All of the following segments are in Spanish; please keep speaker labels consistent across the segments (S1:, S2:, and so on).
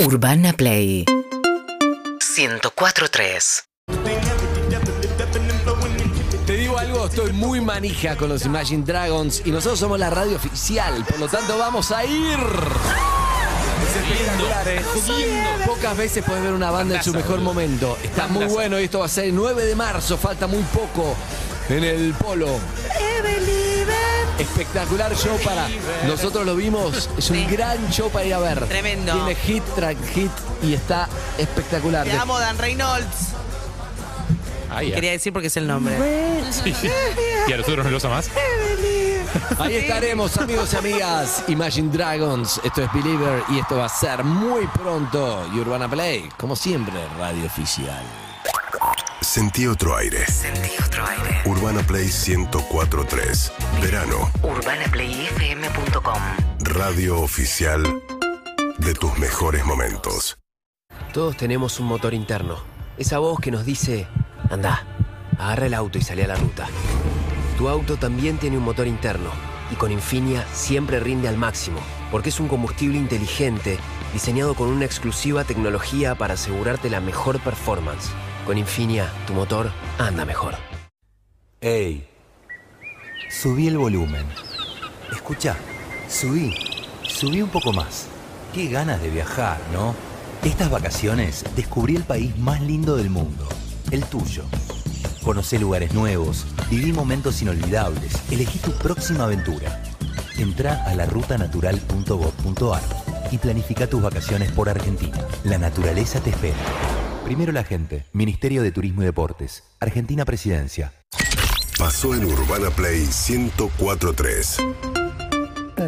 S1: Urbana Play 104.3
S2: Te digo algo, estoy muy manija con los Imagine Dragons y nosotros somos la radio oficial, por lo tanto vamos a ir. Pocas veces puedes ver una banda en su mejor momento. Está muy bueno y esto va a ser el 9 de marzo, falta muy poco en el polo. Espectacular show para nosotros lo vimos, Pues, es un gran show para ir a ver.
S3: Tremendo.
S2: Tiene hit track hit y está espectacular.
S3: Te amo, Dan Reynolds. Quería decir porque es el nombre.
S4: ¿Y a los otros no los más?
S2: Ahí estaremos, amigos y amigas. Imagine Dragons, esto es Believer y esto va a ser muy pronto. Y Urbana Play, como siempre, radio oficial.
S5: Sentí otro aire.
S1: Sentí otro aire
S5: Urbana Play 1043. Verano,
S1: UrbanaPlayFM.com
S5: radio oficial de tus mejores momentos.
S6: Todos tenemos un motor interno. Esa voz que nos dice, anda, agarra el auto y sale a la ruta. Tu auto también tiene un motor interno y con Infinia siempre rinde al máximo, porque es un combustible inteligente diseñado con una exclusiva tecnología para asegurarte la mejor performance. Con Infinia, tu motor anda mejor.
S7: Ey, subí el volumen. Escucha, subí, subí un poco más. Qué ganas de viajar, ¿no? Estas vacaciones descubrí el país más lindo del mundo, el tuyo. Conocé lugares nuevos, viví momentos inolvidables, elegí tu próxima aventura. Entra a larutanatural.gov.ar y planifica tus vacaciones por Argentina. La naturaleza te espera. Primero la gente, Ministerio de Turismo y Deportes, Argentina Presidencia,
S5: Pasó en Urbana Play 1043.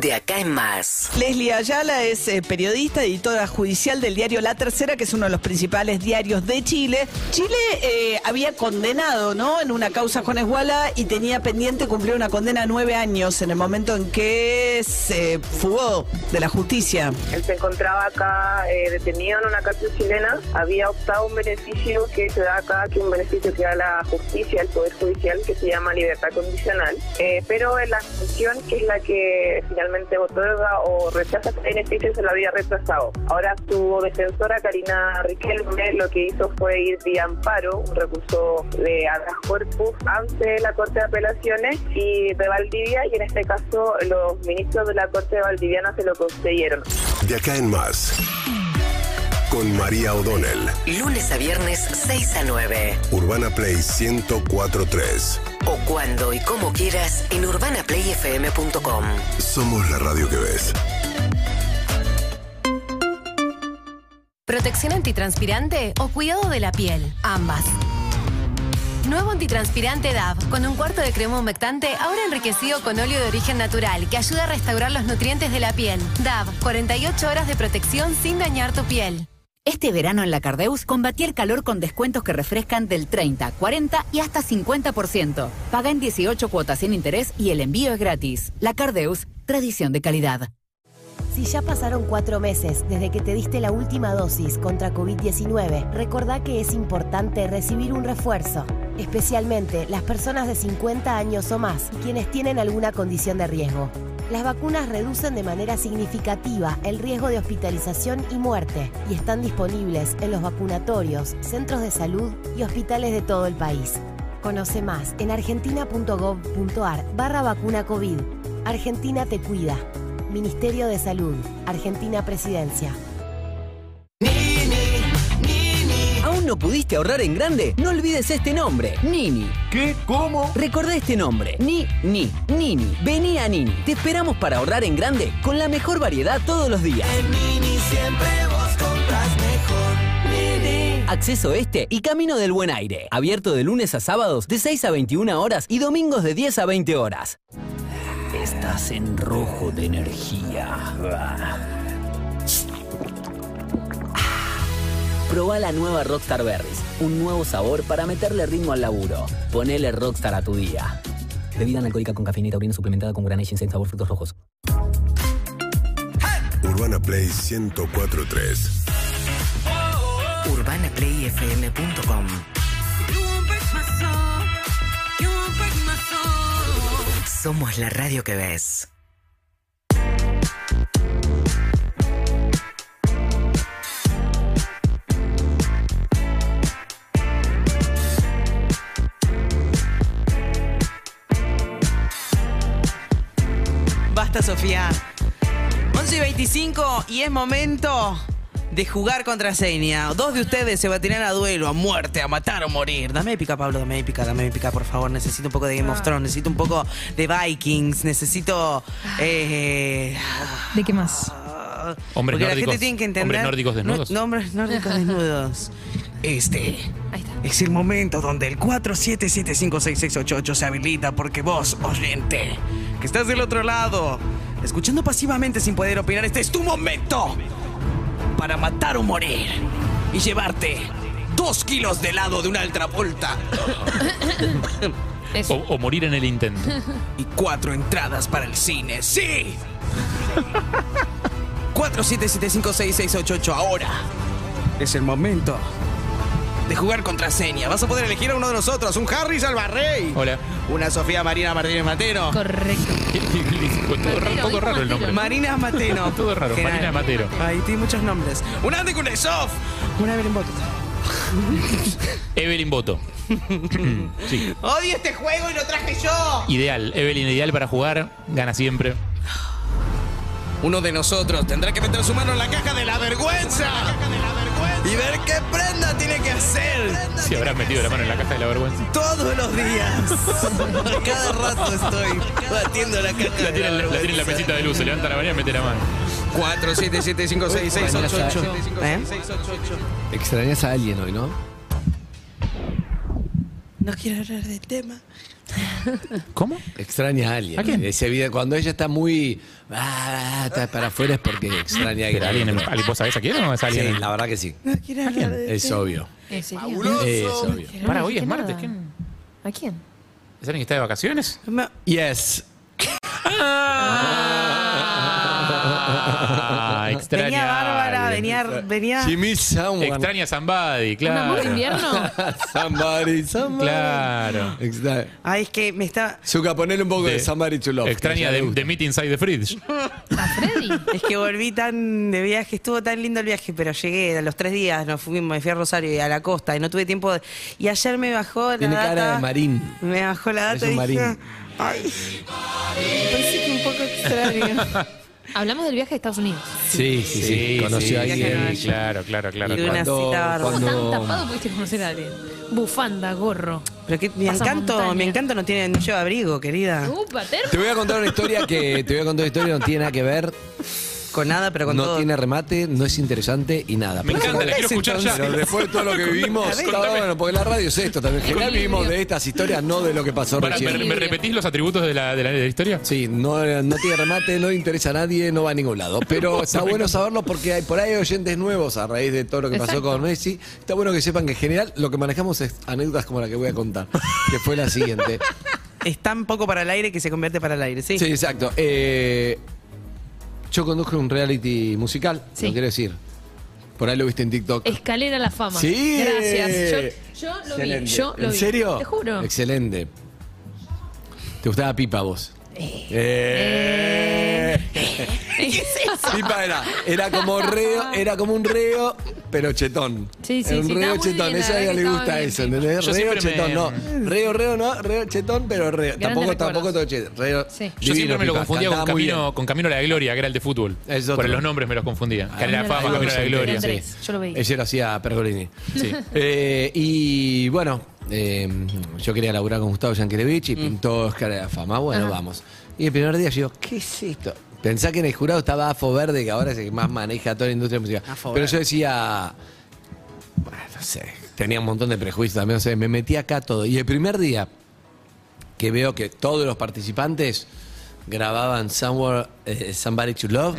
S1: De acá en más
S3: Leslie Ayala es eh, periodista, editora judicial del diario La Tercera, que es uno de los principales diarios de Chile.
S8: Chile eh, había condenado, ¿no? En una causa a Juan Esguala y tenía pendiente cumplir una condena a nueve años en el momento en que se fugó de la justicia.
S9: Él se encontraba acá eh, detenido en una cárcel chilena. Había optado un beneficio que se da acá, que un beneficio que da la justicia, el Poder Judicial, que se llama libertad condicional. Eh, pero en la función, que es la que finalmente otorga o rechaza este beneficio, se lo había retrasado. Ahora su defensora, Karina Riquelme, lo que hizo fue ir vía amparo, un recurso de habeas corpus ante la Corte de Apelaciones y de Valdivia, y en este caso los ministros de la Corte de Valdiviana se lo concedieron.
S5: De acá en más. Con María O'Donnell.
S1: Lunes a viernes 6 a 9
S5: Urbana Play 1043.
S1: O cuando y como quieras en UrbanaPlayFM.com
S5: Somos la radio que ves.
S10: Protección antitranspirante o cuidado de la piel, ambas. Nuevo antitranspirante DAV, con un cuarto de crema humectante ahora enriquecido con óleo de origen natural que ayuda a restaurar los nutrientes de la piel. DAV, 48 horas de protección sin dañar tu piel.
S11: Este verano en la Cardeus combatí el calor con descuentos que refrescan del 30, 40 y hasta 50%. Paga en 18 cuotas sin interés y el envío es gratis. La Cardeus, tradición de calidad.
S12: Si ya pasaron cuatro meses desde que te diste la última dosis contra COVID-19, recordá que es importante recibir un refuerzo, especialmente las personas de 50 años o más y quienes tienen alguna condición de riesgo. Las vacunas reducen de manera significativa el riesgo de hospitalización y muerte y están disponibles en los vacunatorios, centros de salud y hospitales de todo el país. Conoce más en argentina.gov.ar barra vacuna COVID. Argentina te cuida. Ministerio de Salud. Argentina Presidencia.
S13: ¿Aún no pudiste ahorrar en grande? No olvides este nombre, Nini.
S14: ¿Qué? ¿Cómo?
S13: Recordá este nombre, Ni Ni Nini. Vení a Nini. Te esperamos para ahorrar en grande con la mejor variedad todos los días. Acceso Este y Camino del Buen Aire. Abierto de lunes a sábados de 6 a 21 horas y domingos de 10 a 20 horas. Estás en rojo de energía. Proba la nueva Rockstar Berries, un nuevo sabor para meterle ritmo al laburo. Ponele Rockstar a tu día. Bebida alcohólica con cafeína y taurina suplementada con granella sin sabor frutos rojos.
S5: Urbana Play 1043.
S1: UrbanaPlayFM.com Somos la radio que ves.
S15: Sofía. 11 y 25 y es momento de jugar contraseña. Dos de ustedes se va a tirar a duelo, a muerte, a matar o morir. Dame épica, Pablo, dame épica, dame épica, por favor. Necesito un poco de Game
S9: Ah.
S15: of Thrones, necesito un poco de Vikings, necesito... eh,
S9: ¿De qué más?
S4: Hombres
S15: porque la
S4: nórdicos-
S15: gente tiene que entender...
S4: hombres nórdicos desnudos.
S15: No, no, hombres nórdicos desnudos. Este... Es el momento donde el 47756688 se habilita porque vos, oyente, que estás del otro lado, escuchando pasivamente sin poder opinar, este es tu momento para matar o morir y llevarte dos kilos de helado de una altra volta.
S4: O, o morir en el intento.
S15: Y cuatro entradas para el cine. ¡Sí! 47756688 ahora. Es el momento de jugar contraseña. Vas a poder elegir a uno de nosotros, un Harry Salvarrey.
S4: Hola.
S15: Una Sofía Marina Martínez Matero.
S9: Correcto.
S4: todo, raro, todo raro el nombre.
S15: Marina Matero.
S4: Todo raro,
S15: Genial.
S4: Marina Matero.
S15: Ay, tiene muchos nombres. Una Andy Kulesov. Una Evelyn Boto.
S4: Evelyn Boto. sí.
S15: Odio este juego y lo traje yo.
S4: Ideal. Evelyn, ideal para jugar. Gana siempre.
S15: Uno de nosotros tendrá que meter su mano en la caja de la vergüenza. Y ver qué prenda tiene que hacer.
S4: Si habrás metido la mano en la caja de la vergüenza.
S15: Todos los días. A Cada rato estoy batiendo la caja
S4: La tiene, en la- la
S15: de la
S4: tiene en la
S15: vergüenza.
S4: mesita de luz. Se levanta la mañana y mete la mano.
S15: 4, 7, 7, 5, 6, 6, 8, 8. ¿Eh?
S2: Extrañas a alguien hoy, ¿no?
S15: No quiero hablar de tema.
S4: ¿Cómo?
S2: Extraña a alguien.
S4: ¿A quién?
S2: Es evidente, cuando ella está muy ah, está para afuera es porque extraña a alguien.
S4: Pero alguien en- al- ¿Vos sabés a quién o es alguien
S2: Sí,
S4: en-
S2: la verdad que sí.
S9: No quiero hablar de
S2: Es obvio. Es obvio.
S4: Para, hoy es martes. ¿quién?
S9: ¿A quién?
S4: ¿Es alguien que está de vacaciones?
S2: Yes.
S4: Ah, extraña.
S15: Venía Bárbara, venía. venía...
S2: Jimmy someone.
S4: Extraña a Zambadi, claro.
S15: amor de invierno?
S2: somebody, somebody.
S4: Claro.
S2: Extra-
S15: Ay, es que me está.
S2: Zuka, ponele un poco de,
S4: De-
S2: somebody to love. que
S4: Extraña
S2: ya le
S4: de,
S2: gusta.
S4: de Meet Inside the Fridge.
S15: Es que volví tan de viaje, estuvo tan lindo el viaje, pero llegué a los tres días, nos fuimos, me fui a Rosario y a la costa y no tuve tiempo. de- Y ayer me bajó la
S2: Tiene
S15: data.
S2: cara de marín.
S15: Me bajó la
S2: Es
S15: data
S2: un
S15: y dije,
S2: marín.
S15: ay, parece que un poco extraño.
S9: Hablamos del viaje a Estados Unidos.
S2: Sí, sí, sí. Conoció a alguien.
S4: Claro, claro, claro.
S15: Y una
S4: claro.
S15: cita bárbara.
S9: ¿Cómo tan tapado pudiste conocer a alguien? Bufanda, gorro.
S15: Pero que mi
S9: Pasa
S15: encanto,
S9: montaña.
S15: mi encanto no tiene, no lleva abrigo, querida.
S9: Upa, termo.
S2: Te voy a contar una historia que te voy a contar una historia que no tiene nada que ver,
S15: Con nada, pero con
S2: no
S15: todo.
S2: tiene remate, no es interesante y nada.
S4: Me
S2: Pero-
S4: encanta, la quiero escuchar ya.
S2: Pero después de todo lo que vivimos,
S4: Contame.
S2: está bueno, porque la radio es esto también. En general vivimos de estas historias, no de lo que pasó
S4: Para,
S2: recién.
S4: ¿me, me repetís los atributos de la, de la- de la historia?
S2: Sí, no, no tiene remate, no le interesa a nadie, no va a ningún lado. Pero está bueno saberlo porque hay, por ahí hay oyentes nuevos a raíz de todo lo que pasó
S9: Exacto.
S2: con Messi. Está bueno que sepan que en general lo que manejamos es anécdotas como la que voy a contar, que fue la siguiente.
S15: Es tan poco para el aire que se convierte para el aire, ¿sí?
S2: Sí, exacto. Eh, yo conduje un reality musical,
S9: Sí.
S2: lo quiero decir. Por ahí lo viste en TikTok.
S9: Escalera a la fama.
S2: Sí.
S9: Gracias. Yo, yo lo vi.
S2: Excelente.
S9: Yo lo
S2: ¿En
S9: vi.
S2: serio?
S9: Te juro.
S2: Excelente. ¿Te gustaba Pipa a vos? Eh.
S9: ¿Qué es eso?
S2: Pipa era, era como reo, era como un reo, pero chetón.
S9: Sí, sí,
S2: Era un
S9: sí,
S2: reo
S9: estaba muy
S2: chetón,
S9: bien, la
S2: ella
S9: verdad
S2: le
S9: que
S2: gusta
S9: estaba bien,
S2: eso,
S9: Pipa.
S2: ¿entendés?
S4: Yo
S2: Reo
S4: siempre
S2: chetón,
S4: me-
S2: no. Reo, reo, no, reo chetón, pero reo. Tampoco, tampoco todo chetón. Reo,
S4: Yo siempre me lo confundía con
S2: Camino.
S4: Camino, con Camino a la Gloria, que era el de fútbol.
S2: Es otro. Ah,
S4: Por los nombres me los confundía. Canela de
S2: Ahí
S4: Fama,
S2: lo
S4: Camino a la
S2: oyente.
S4: Gloria.
S9: Eran tres, yo lo veía.
S2: Ella lo hacía Pergolini.
S4: Sí.
S2: Eh, y bueno, eh, yo quería laburar con Gustavo Yankelevich
S4: Mm.
S2: y pintó Oscar de la Fama. Bueno,
S9: Ajá.
S2: vamos. Y el primer día yo digo, ¿qué es esto? Pensá que en el jurado estaba Afo Verde, que ahora es el que más maneja toda la industria musical.
S15: Afo
S2: Pero
S15: Verde.
S2: yo decía, bueno, no sé, tenía un montón de prejuicios también, no sé, me metí acá todo. Y el primer día que veo que todos los participantes grababan Somewhere, eh, Somebody to Love,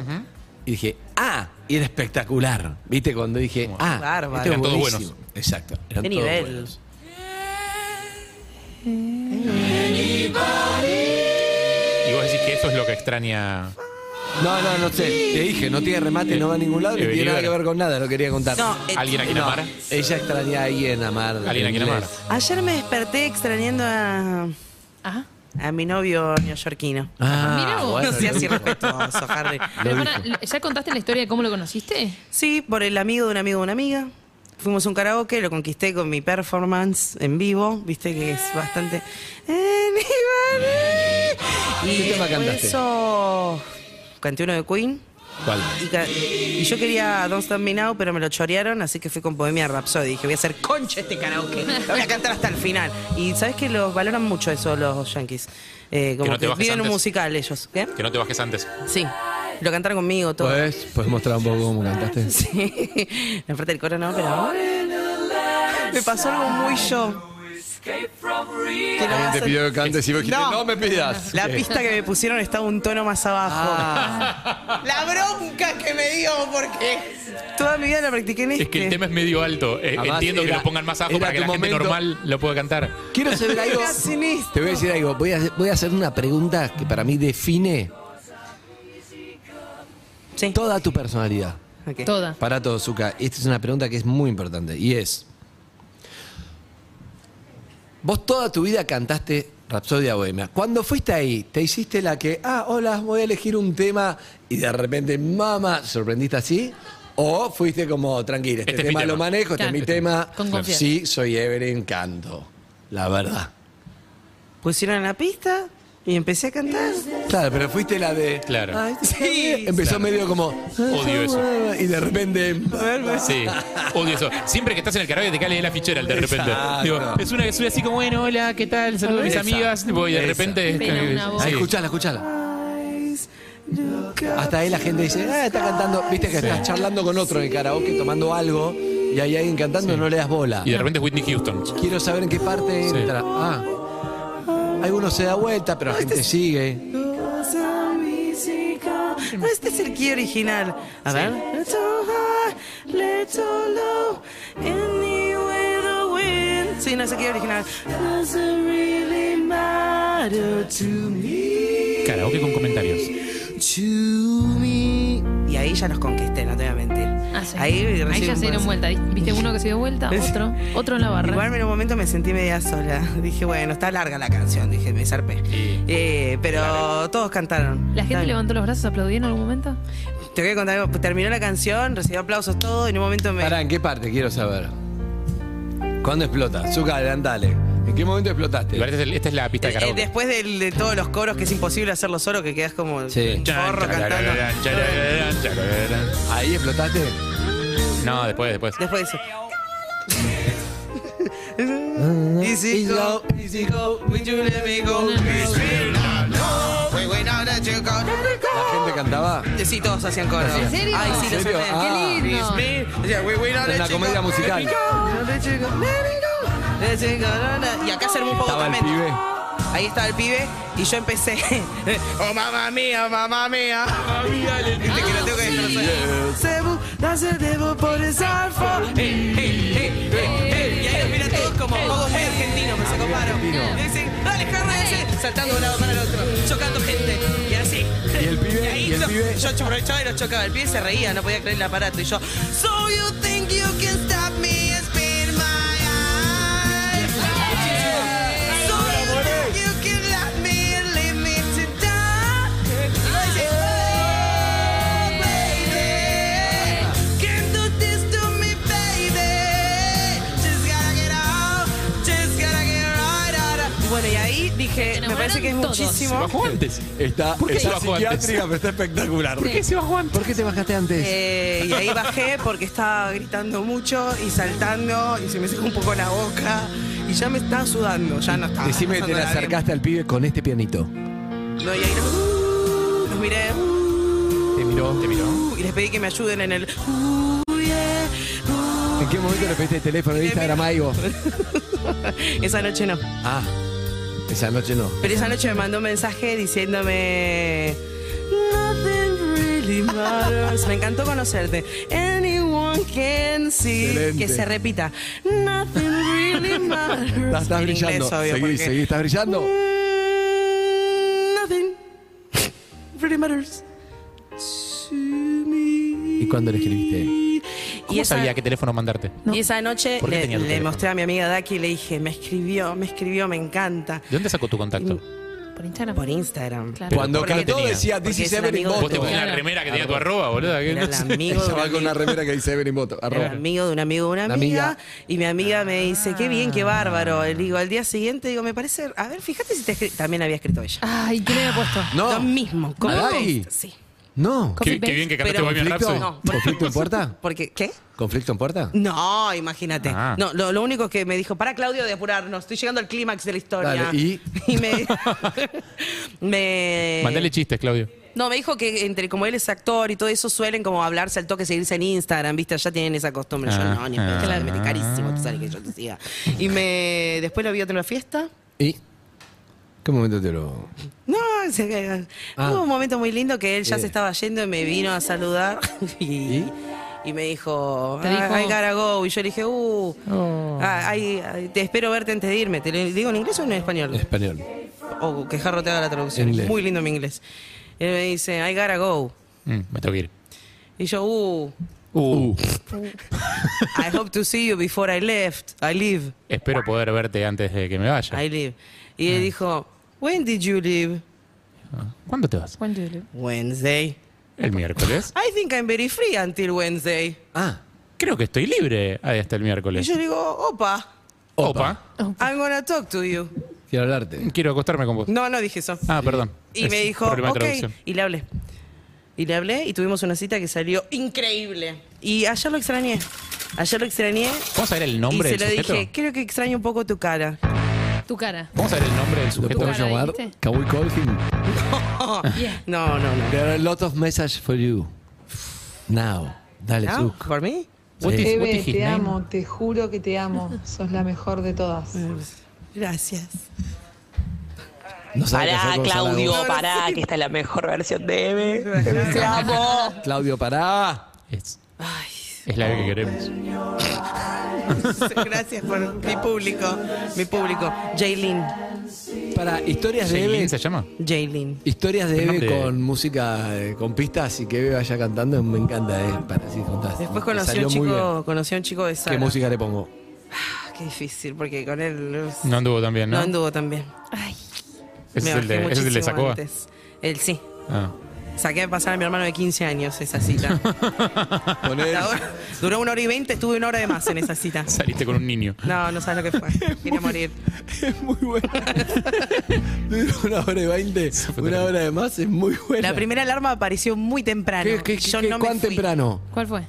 S2: y dije, ah, y era espectacular. ¿Viste? Cuando dije, ah,
S15: bárbaro.
S2: esto es
S4: Eran todos
S2: buenísimo".
S4: buenos.
S2: Exacto, eran
S15: Qué
S2: todos
S15: nivel.
S2: buenos.
S4: Y vos decís que eso es lo que extraña.
S2: No, no, no sé, te dije, no tiene remate, no va a ningún lado, no
S4: Eh,
S2: tiene nada que
S4: Belíbaro.
S2: ver con nada, no quería contar.
S15: No, eh,
S4: ¿Alguien a quien amar?
S2: Ella extraña a alguien amar.
S4: Alguien a quien amar.
S15: ayer me desperté extrañando a,
S9: Ah.
S15: a mi novio neoyorquino.
S2: Ah,
S9: Mira vos.
S2: bueno,
S15: No seas
S2: lo dijo.
S15: irrespetuoso, Harry.
S9: Pero
S2: Lo
S9: pará,
S2: dijo.
S9: ¿ya contaste la historia de cómo lo conociste?
S15: Sí, por el amigo de un amigo de una amiga. Fuimos a un karaoke, lo conquisté con mi performance en vivo, viste que es bastante... Anybody.
S2: ¿Qué tema cantaste?
S15: Eso. Canté uno de Queen.
S2: ¿Cuál?
S15: Y, ca- y yo quería Don't Stand Me Now, pero me lo chorearon, así que fui con Bohemia Rhapsody. Dije, voy a hacer concha este karaoke. Lo voy a cantar hasta el final. Y sabes que los valoran mucho eso los yankees. Eh, como
S4: no te
S15: que
S4: bajes
S15: viven un
S4: antes.
S15: musical ellos. ¿Qué?
S4: Que no te bajes antes.
S15: Sí. Lo cantaron conmigo todo.
S2: ¿Puedes, ¿Puedes mostrar un poco cómo cantaste?
S15: Sí. Enfrente del coro no, pero. Me pasó algo muy yo. Que no
S2: Alguien
S15: vas
S4: Ah,
S2: te
S15: a-
S2: pidió que cantes y vos dijiste, no, me pidas.
S15: La
S2: Sí.
S15: pista que me pusieron estaba un tono más abajo.
S2: Ah.
S15: La bronca que me dio porque toda mi vida la practiqué en
S4: Es que el
S15: este.
S4: tema es medio alto. Eh,
S2: Además,
S4: Entiendo que
S2: era-
S4: lo pongan más abajo
S2: era
S4: para que
S2: tu
S4: la gente
S2: momento.
S4: normal lo pueda cantar.
S2: Quiero saber algo.
S15: Era sinistro.
S2: Te voy a decir algo. Voy a, voy a hacer una pregunta que para mí define toda tu personalidad.
S9: Toda.
S2: Para todo, Zuka. Esta es una pregunta que es muy importante. Y es. Vos toda tu vida cantaste Rapsodia Bohemia. Cuando fuiste ahí, te hiciste la que, ah, hola, voy a elegir un tema y de repente, mamá, sorprendiste así. O fuiste como, tranquilo, este,
S4: Este es mi
S2: tema, lo
S4: tema.
S2: manejo, este es
S4: Claro.
S2: mi tema.
S4: Con confianza.
S2: sí, soy Evelyn, canto. La verdad.
S15: Pusieron la pista y empecé a cantar.
S2: Claro, pero fuiste la de.
S4: Claro.
S2: Ay, sí. Empezó medio como. "Ah,
S4: Odio eso.
S2: Y de repente. pues.
S4: Sí, odio eso. Siempre que estás en el karaoke te cae leer la fichera el de repente.
S2: Exacto.
S4: Digo, es una que sube así como, bueno, hola, ¿qué tal? Saludos a mis
S2: Esa,
S4: amigas. Tipo, Y de
S2: esa.
S4: repente. es-
S2: Pena una voz. Ahí, escuchala, escuchala. Hasta ahí la gente dice, ah, está cantando. Viste que
S4: Sí.
S2: estás charlando con otro en el karaoke, tomando algo, y hay alguien cantando y no le das bola.
S4: Y de repente es Whitney Houston.
S2: Quiero saber en qué parte
S4: Sí.
S2: entra. Ah. Alguno se da vuelta, pero la gente sigue.
S15: No, este es el key original. A
S2: Sí.
S15: ver. Little high, little low, anyway the wind. Sí, no es el key original. Doesn't really matter to me.
S4: Karaoke con comentarios.
S15: To me. Y ahí ya los conquisté, no te voy a mentir. Ahí,
S9: Ah, Ahí,
S15: recién
S9: ya se dieron
S15: puedo-
S9: vuelta. Viste uno que se dio vuelta, otro, otro en la barra.
S15: Igual en un momento me sentí media sola. Dije, bueno, está larga la canción, dije, me zarpé. Eh, pero todos cantaron.
S9: ¿La gente
S15: Está bien.
S9: levantó los brazos, aplaudió en algún momento?
S15: Te voy a contar algo. Terminó la canción, recibió aplausos, todo, y en un momento me.
S2: Pará, ¿en qué parte quiero saber? ¿Cuándo explota? Zucca, adelantale. ¿En qué momento explotaste?
S4: Esta es la pista
S15: Eh, después del- de, todos los coros, que es imposible hacerlo solo, que quedas como
S2: Sí.
S15: un forro cantando.
S2: Ahí explotaste.
S4: No, después, después.
S15: Después dice. Easy go, easy go, would you let me go? It's real now, no, we went out and you go, let it go.
S2: ¿La gente cantaba?
S15: Eh, Sí, todos hacían coro.
S2: ¿En serio?
S15: Ay, sí,
S2: ¿En
S15: los
S2: serio?
S15: hombres.
S2: Ah. Qué lindo.
S15: It's me. O sea, we went out
S2: Es
S15: and
S2: una
S15: you
S2: comedia
S15: go,
S2: musical.
S15: let it go, let it go, let it go, let it go, la, la. Y acá se armó un poco
S2: Estaba el
S15: también.
S2: pibe.
S15: Ahí estaba el pibe y yo empecé. oh mamá mía, mamá mía, mamá mía, le Ah, dije que lo tengo que destrozar. Cebu, dase debo por el zarfo. Hey, hey, hey, hey, hey. Eh, Y ahí los mira todos como pocos muy argentinos, me sacó paro. Y dicen, dale, carra ese, saltando de un lado para el otro, chocando gente. Y así.
S2: Y el pibe,
S15: ahí
S2: y el
S15: yo,
S2: pibe.
S15: yo aprovechaba y lo chocaba. El pibe se reía, no podía creer el aparato. Y yo, So you think you can stop me and spin my eyes? So you think you can love me and leave me to die? Oh, baby, can't do this to me, baby. Just gotta get out, just gotta get right out of- Y Bueno, y ahí dije, me parece que es muchísimo.
S4: antes.
S2: Está,
S4: ¿Por qué se
S2: está
S4: bajó
S2: psiquiátrica,
S4: antes?
S2: pero está espectacular.
S4: ¿Por qué se bajó antes?
S2: ¿Por qué te bajaste antes?
S15: Eh, y ahí bajé porque estaba gritando mucho y saltando y se me secó un poco la boca y ya me estaba sudando, ya no estaba.
S2: Decime que te le
S15: pasándola bien.
S2: acercaste al pibe con este pianito.
S15: No, y ahí los, los miré
S2: Te miró. Te miró.
S15: uh, y les pedí que me ayuden en el. uh,
S2: ¿En qué momento le pediste el teléfono de Instagram a Ivo?
S15: Esa noche no.
S2: Ah, esa noche no.
S15: Pero esa noche me mandó un mensaje diciéndome. Nothing really matters. Me encantó conocerte. Anyone can see.
S2: Excelente.
S15: Que se repita. Nothing really matters.
S2: Estás, estás
S15: En
S2: brillando.
S15: inglés, obvio,
S2: seguí,
S15: porque- Uh. Mm,
S2: seguí, estás brillando.
S15: Nothing really matters.
S2: ¿Y cuándo le escribiste?
S15: ¿Cómo esa- sabía
S4: qué teléfono mandarte?
S15: Y esa noche
S4: ¿Por qué
S15: le,
S4: tenía tu
S15: le
S4: teléfono?
S15: mostré a mi amiga Daki y le dije, me escribió, me escribió, me encanta.
S4: ¿De dónde sacó tu contacto?
S16: Por Instagram.
S15: Por Instagram.
S16: Claro.
S2: Cuando
S15: Porque
S2: cantó
S15: tenía.
S2: decía
S15: Porque
S2: This is
S15: es un
S2: Evelyn
S15: amigo de
S2: Boto.
S15: tu
S4: Vos te ponías la remera que tenía tu arroba, boluda, que
S15: Oh, Era
S4: no
S15: el
S4: sé.
S15: amigo de
S2: Ella
S15: un
S2: va con una
S15: amigo.
S2: remera que dice Evelyn Boto.
S15: Era
S2: Arroba.
S15: amigo de un amigo de una
S2: Una
S15: amiga,
S2: amiga. Ah.
S15: y mi amiga me dice, qué bien, qué bárbaro. Y le digo, al día siguiente, digo, me parece, a ver, fíjate si te escri- también había escrito ella.
S2: Ah.
S16: Ay, ¿qué le había puesto?
S2: No.
S15: Lo mismo, como
S2: Ay.
S15: Sí.
S2: No.
S15: Qué- qué bien que cantaste Pero- Bohemian
S2: ¿Conflicto?
S15: Rhapsody. No, por-
S2: ¿Conflicto en puerta?
S15: Porque, ¿qué?
S2: ¿Conflicto en puerta?
S15: Mm. No, imagínate.
S2: Ah.
S15: No, lo, lo único que me dijo, para Claudio de apurarnos, estoy llegando al clímax de la historia.
S4: Dale, ¿y?
S15: me, me-
S4: Mandale chistes, Claudio.
S15: No, me dijo que entre como él es actor y todo eso suelen como hablarse al toque, seguirse en Instagram, ¿viste? Ya tienen esa costumbre. Yo
S4: Ah,
S15: no, ni en pedo,
S4: ah.
S15: me mete carísimo, tú sabes que yo te siga. Y me después lo vi en una fiesta.
S2: ¿Y? ¿Qué momento te lo...?
S15: No, se-
S2: Ah.
S15: hubo un momento muy lindo que él ya
S2: Eh.
S15: se estaba yendo y me vino a saludar y, y me dijo,
S16: Te dijo- Oh.
S15: "Ah, I gotta go. Y yo le dije, uh, ah, ay, ay, te espero verte antes de irme. ¿Te lo digo en inglés o en español?
S2: Español.
S15: O que Jarro te haga la traducción.
S4: Eh. Inglés.
S15: Muy lindo mi inglés. Él me dice, I gotta go.
S4: Mm, me tengo que ir.
S15: Y yo, uh,
S4: Uh,
S15: I hope to see you before I left. I leave.
S4: espero poder verte antes de que me vaya.
S15: I leave. Y
S4: Mm.
S15: él dijo, When did you leave?
S4: ¿Cuándo te vas?
S15: Wednesday.
S4: El miércoles.
S15: I think I'm very free until Wednesday.
S2: Ah.
S4: Creo que estoy libre hasta el
S15: Y
S4: miércoles.
S15: yo le digo, opa,
S4: Opa.
S15: I'm gonna talk to you.
S2: Quiero hablarte.
S4: Quiero acostarme con vos.
S15: No, no dije eso.
S4: Ah, perdón.
S15: Y
S4: Es
S15: me dijo,
S4: problema de
S15: ok.
S4: traducción.
S15: Y le hablé. Y le hablé y tuvimos una cita que salió increíble. Y ayer lo extrañé. Ayer lo extrañé.
S4: ¿Vamos a ver el nombre
S15: y se
S4: del
S15: lo
S4: sujeto?
S15: dije, creo que extraño un poco tu cara.
S16: Tu cara.
S4: ¿Vamos a ver el nombre del
S2: ¿Lo
S4: sujeto?
S2: puedo llamar? Can we call him?
S15: No, no, no.
S2: There are a lot of messages for you. Now. Dale,
S15: ¿No?
S2: Zuc.
S15: ¿Por mí?
S2: What is-
S17: Eve,
S2: what is his
S17: te
S2: name?
S17: amo, te juro que te amo. Sos la mejor de todas.
S15: Gracias.
S2: No sabe qué hacer con Sara Gómez.
S17: pará, que esta es la mejor versión de Eve.
S15: Te amo.
S2: Claudio, pará.
S4: Es, es la que queremos.
S15: Gracias por mi público. Mi público. Jaylin.
S2: Para historias de
S4: ¿Jaylin
S2: Eve.
S4: se llama?
S15: Jaylin.
S2: Historias de
S4: El
S2: Eve
S4: nombre-
S2: con música, eh, con pistas y que Eve vaya cantando, me encanta, eh, para así juntas. Me
S15: Después conocí a
S2: salió
S15: un
S2: muy bien.
S15: chico, conocí a un chico de Sara.
S2: ¿Qué música le pongo?
S15: Ah, Qué difícil, porque con él
S4: No anduvo tan bien,
S15: no
S4: ¿no?
S15: anduvo también.
S4: Ese es el de- ese es el de Sacoa.
S15: Él sí.
S4: Ah.
S15: Saqué a pasar a mi hermano de 15 años esa cita. Ahora- duró una hora y veinte, estuve una hora de más en esa cita.
S4: Saliste con un niño.
S15: No, no sabes lo que fue. Quería morir.
S2: Una hora y veinte, una hora de más, es muy buena.
S15: La primera alarma apareció muy temprano.
S2: ¿Qué, qué,
S15: Yo
S2: qué-
S15: no me
S2: ¿Cuán
S15: fui.
S2: temprano?
S16: ¿Cuál fue?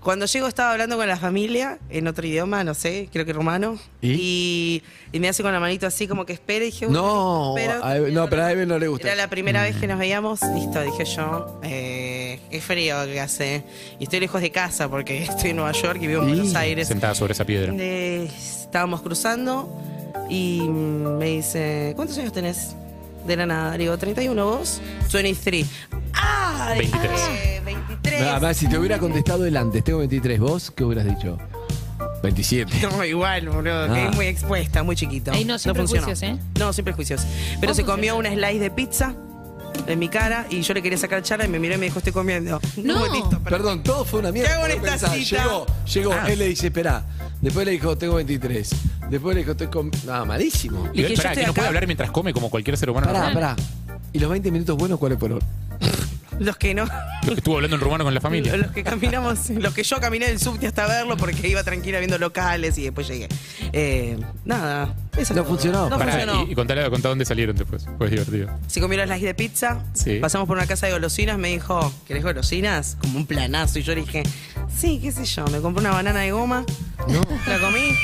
S15: Cuando llego estaba hablando con la familia, en otro idioma, no sé, creo que rumano. Y, y me hace con la manito así como que espera y dije, "Uy,
S2: No,
S15: espero".
S2: a Eve- no, pero a Eve no le gusta. Mm.
S15: Era la primera vez que nos veíamos, listo, dije yo, eh, qué frío que hace. Y estoy lejos de casa porque estoy en Nueva York y vivo en Buenos Aires.
S4: Sentada sobre esa piedra.
S15: Eh, estábamos cruzando y mm, me dice, ¿cuántos años tenés? De la nada, Le digo, 31 vos, 23. ¡Ah!
S2: 23.
S15: Eh, 23.
S2: Nada más, si te hubiera contestado el antes, tengo 23, ¿vos qué hubieras dicho? 27.
S15: No, igual, boludo,
S2: Ah.
S15: quedé muy expuesta, muy chiquito.
S16: Ey, no, sin
S15: funcionó.
S16: prejuicios, ¿eh?
S15: No, sin prejuicios. Pero se comió una slice de pizza en mi cara y yo le quería sacar charla y me miró y me dijo, estoy comiendo. No, listo.
S2: Perdón, todo fue una mierda.
S15: ¿Qué hago en
S2: Vos
S15: esta
S2: pensás,
S15: cita?
S2: Llegó, llegó,
S15: Ah.
S2: él le dice, esperá. Después le dijo, tengo 23. Después le dijo, estoy con... Ah, malísimo.
S4: Y, pará, que no puede hablar mientras come como cualquier ser humano.
S2: Pará,
S4: normal.
S2: pará. ¿Y los 20 minutos buenos cuáles fueron?
S15: Los que no,
S4: Lo que estuvo hablando en rumano con la familia.
S15: los que caminamos, los que yo caminé del subte hasta verlo porque iba tranquila viendo locales y después llegué. Eh, nada, eso
S2: No
S15: es todo.
S2: funcionó.
S15: No
S4: Pará,
S15: funcionó.
S4: Y, y contale, contá dónde salieron después. Fue divertido.
S15: Se comió las slice de pizza.
S4: Sí.
S15: Pasamos por una casa de golosinas. Me dijo, ¿querés golosinas? Como un planazo. Y yo le dije, sí, qué sé yo. Me compré una banana de goma.
S2: No.
S15: La comí.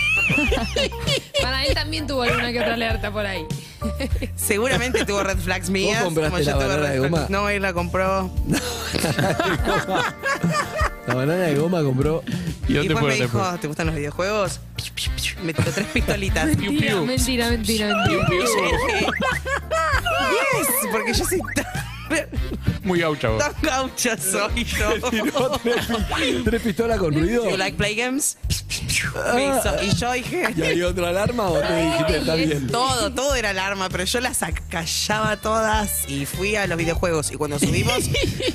S16: Para él también tuvo alguna que otra alerta por ahí.
S15: Seguramente tuvo red flags mías.
S2: compraste
S15: yo
S2: la
S15: tuve
S2: banana
S15: red
S2: de
S15: flags.
S2: goma?
S15: No, él la compró.
S2: La banana de goma compró.
S15: Y, después me dijo, ¿te gustan los videojuegos? Me tiró tres pistolitas.
S16: Mentira, mentira, mentira, mentira.
S15: Y yo dije, yes, porque yo soy tan,
S4: Muy gaucha vos.
S15: tan gaucha soy yo.
S2: Tres pistolas con ruido.
S15: You like play games? Me hizo- y yo dije.
S2: ¿Y hay otra alarma o te dijiste está bien?
S15: Todo, todo era alarma, pero yo las acallaba todas y fui a los videojuegos. Y cuando subimos,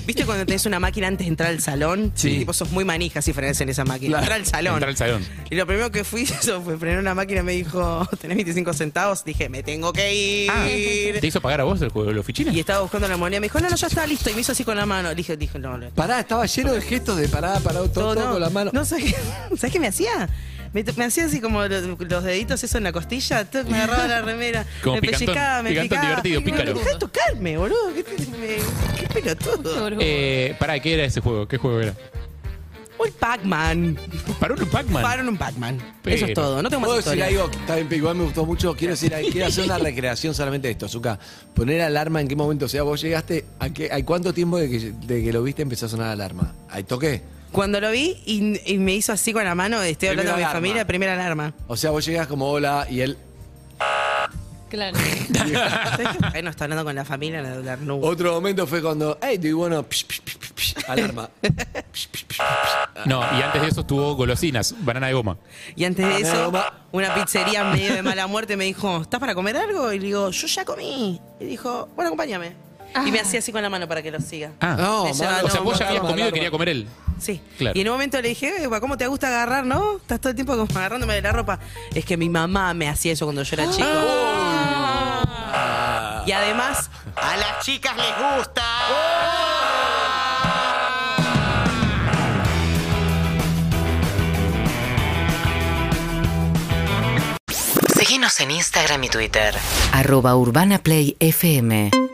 S15: ¿viste cuando tenés una máquina antes de entrar al salón?
S4: Sí.
S15: Tipo, sos muy manija si frenás en esa máquina.
S4: Claro.
S15: Entra al salón.
S4: Entra al salón.
S15: Y lo primero que fui eso fue frenar una máquina me dijo, ¿tenés 25 centavos? Dije, me tengo que ir.
S2: Ah.
S4: ¿Te hizo pagar a vos el juego, los fichines?
S15: Y estaba buscando la moneda. Me dijo, no, no, ya está listo. Y me hizo así con la mano. Le dije, dije no, no.
S2: Pará, estaba lleno de gestos de parada, parado, todo, todo con la mano.
S15: No, ¿sabes qué, ¿sabes qué me hacía? Me, me hacía así como lo- los, deditos, eso en la costilla. tuc, me agarraba la remera.
S4: Como
S15: me
S4: picantón,
S15: pellizcaba, me
S4: picantón
S15: picaba.
S4: divertido, pícaro.
S15: No, dejá tocarme, boludo. ¿Qué, te- me- qué pelotudo.
S4: Eh, pará, ¿qué era ese juego? ¿Qué juego era?
S15: Un Pac-Man.
S4: ¿Pararon un Pac-Man?
S15: Pararon un Pac-Man. Eso es
S2: Pero-
S15: todo. No tengo más
S2: ¿Puedo decir
S15: historia.
S2: algo? Está bien, igual me gustó mucho. Quiero, decir, quiero hacer una recreación solamente de esto, Zuka. Poner alarma en qué momento. O sea, vos llegaste. ¿A, qué, a cuánto tiempo de que, de que lo viste empezó a sonar la alarma? ¿Ahí toqué?
S15: Cuando lo vi y, y me hizo así con la mano, estoy hablando
S2: Primera
S15: con mi
S2: alarma.
S15: familia, primera alarma.
S2: O sea, vos llegás como hola y él.
S16: Claro.
S15: bueno, está hablando con la familia, la hablar no.
S2: Otro momento fue cuando. ¡Hey, do you wanna-" Psh, psh, psh, psh, psh, alarma.
S4: No, y antes de eso estuvo golosinas, banana de goma.
S15: Y antes
S4: Ah,
S15: de
S4: me
S15: eso,
S4: doma.
S15: una pizzería medio de mala muerte me dijo, ¿estás para comer algo? Y le digo, yo ya comí. Y dijo, bueno, acompáñame. Y me hacía así con la mano para que lo siga.
S4: Ah,
S2: No,
S15: Me llevaba,
S2: mano,
S4: o sea,
S15: no,
S4: vos ya
S15: no,
S4: habías
S15: no,
S4: comido y
S15: no,
S4: quería
S15: no.
S4: comer él.
S15: Sí.
S4: Claro.
S15: Y en un momento le dije, "Eh, ¿cómo te gusta agarrar, no? Estás todo el tiempo como agarrándome de la ropa. Es que mi mamá me hacía eso cuando yo
S4: Ah.
S15: era chico.
S4: Oh.
S15: Y además, a las chicas les gusta.
S1: Síguenos en Instagram y Twitter.
S11: Arroba Urbana Play FM.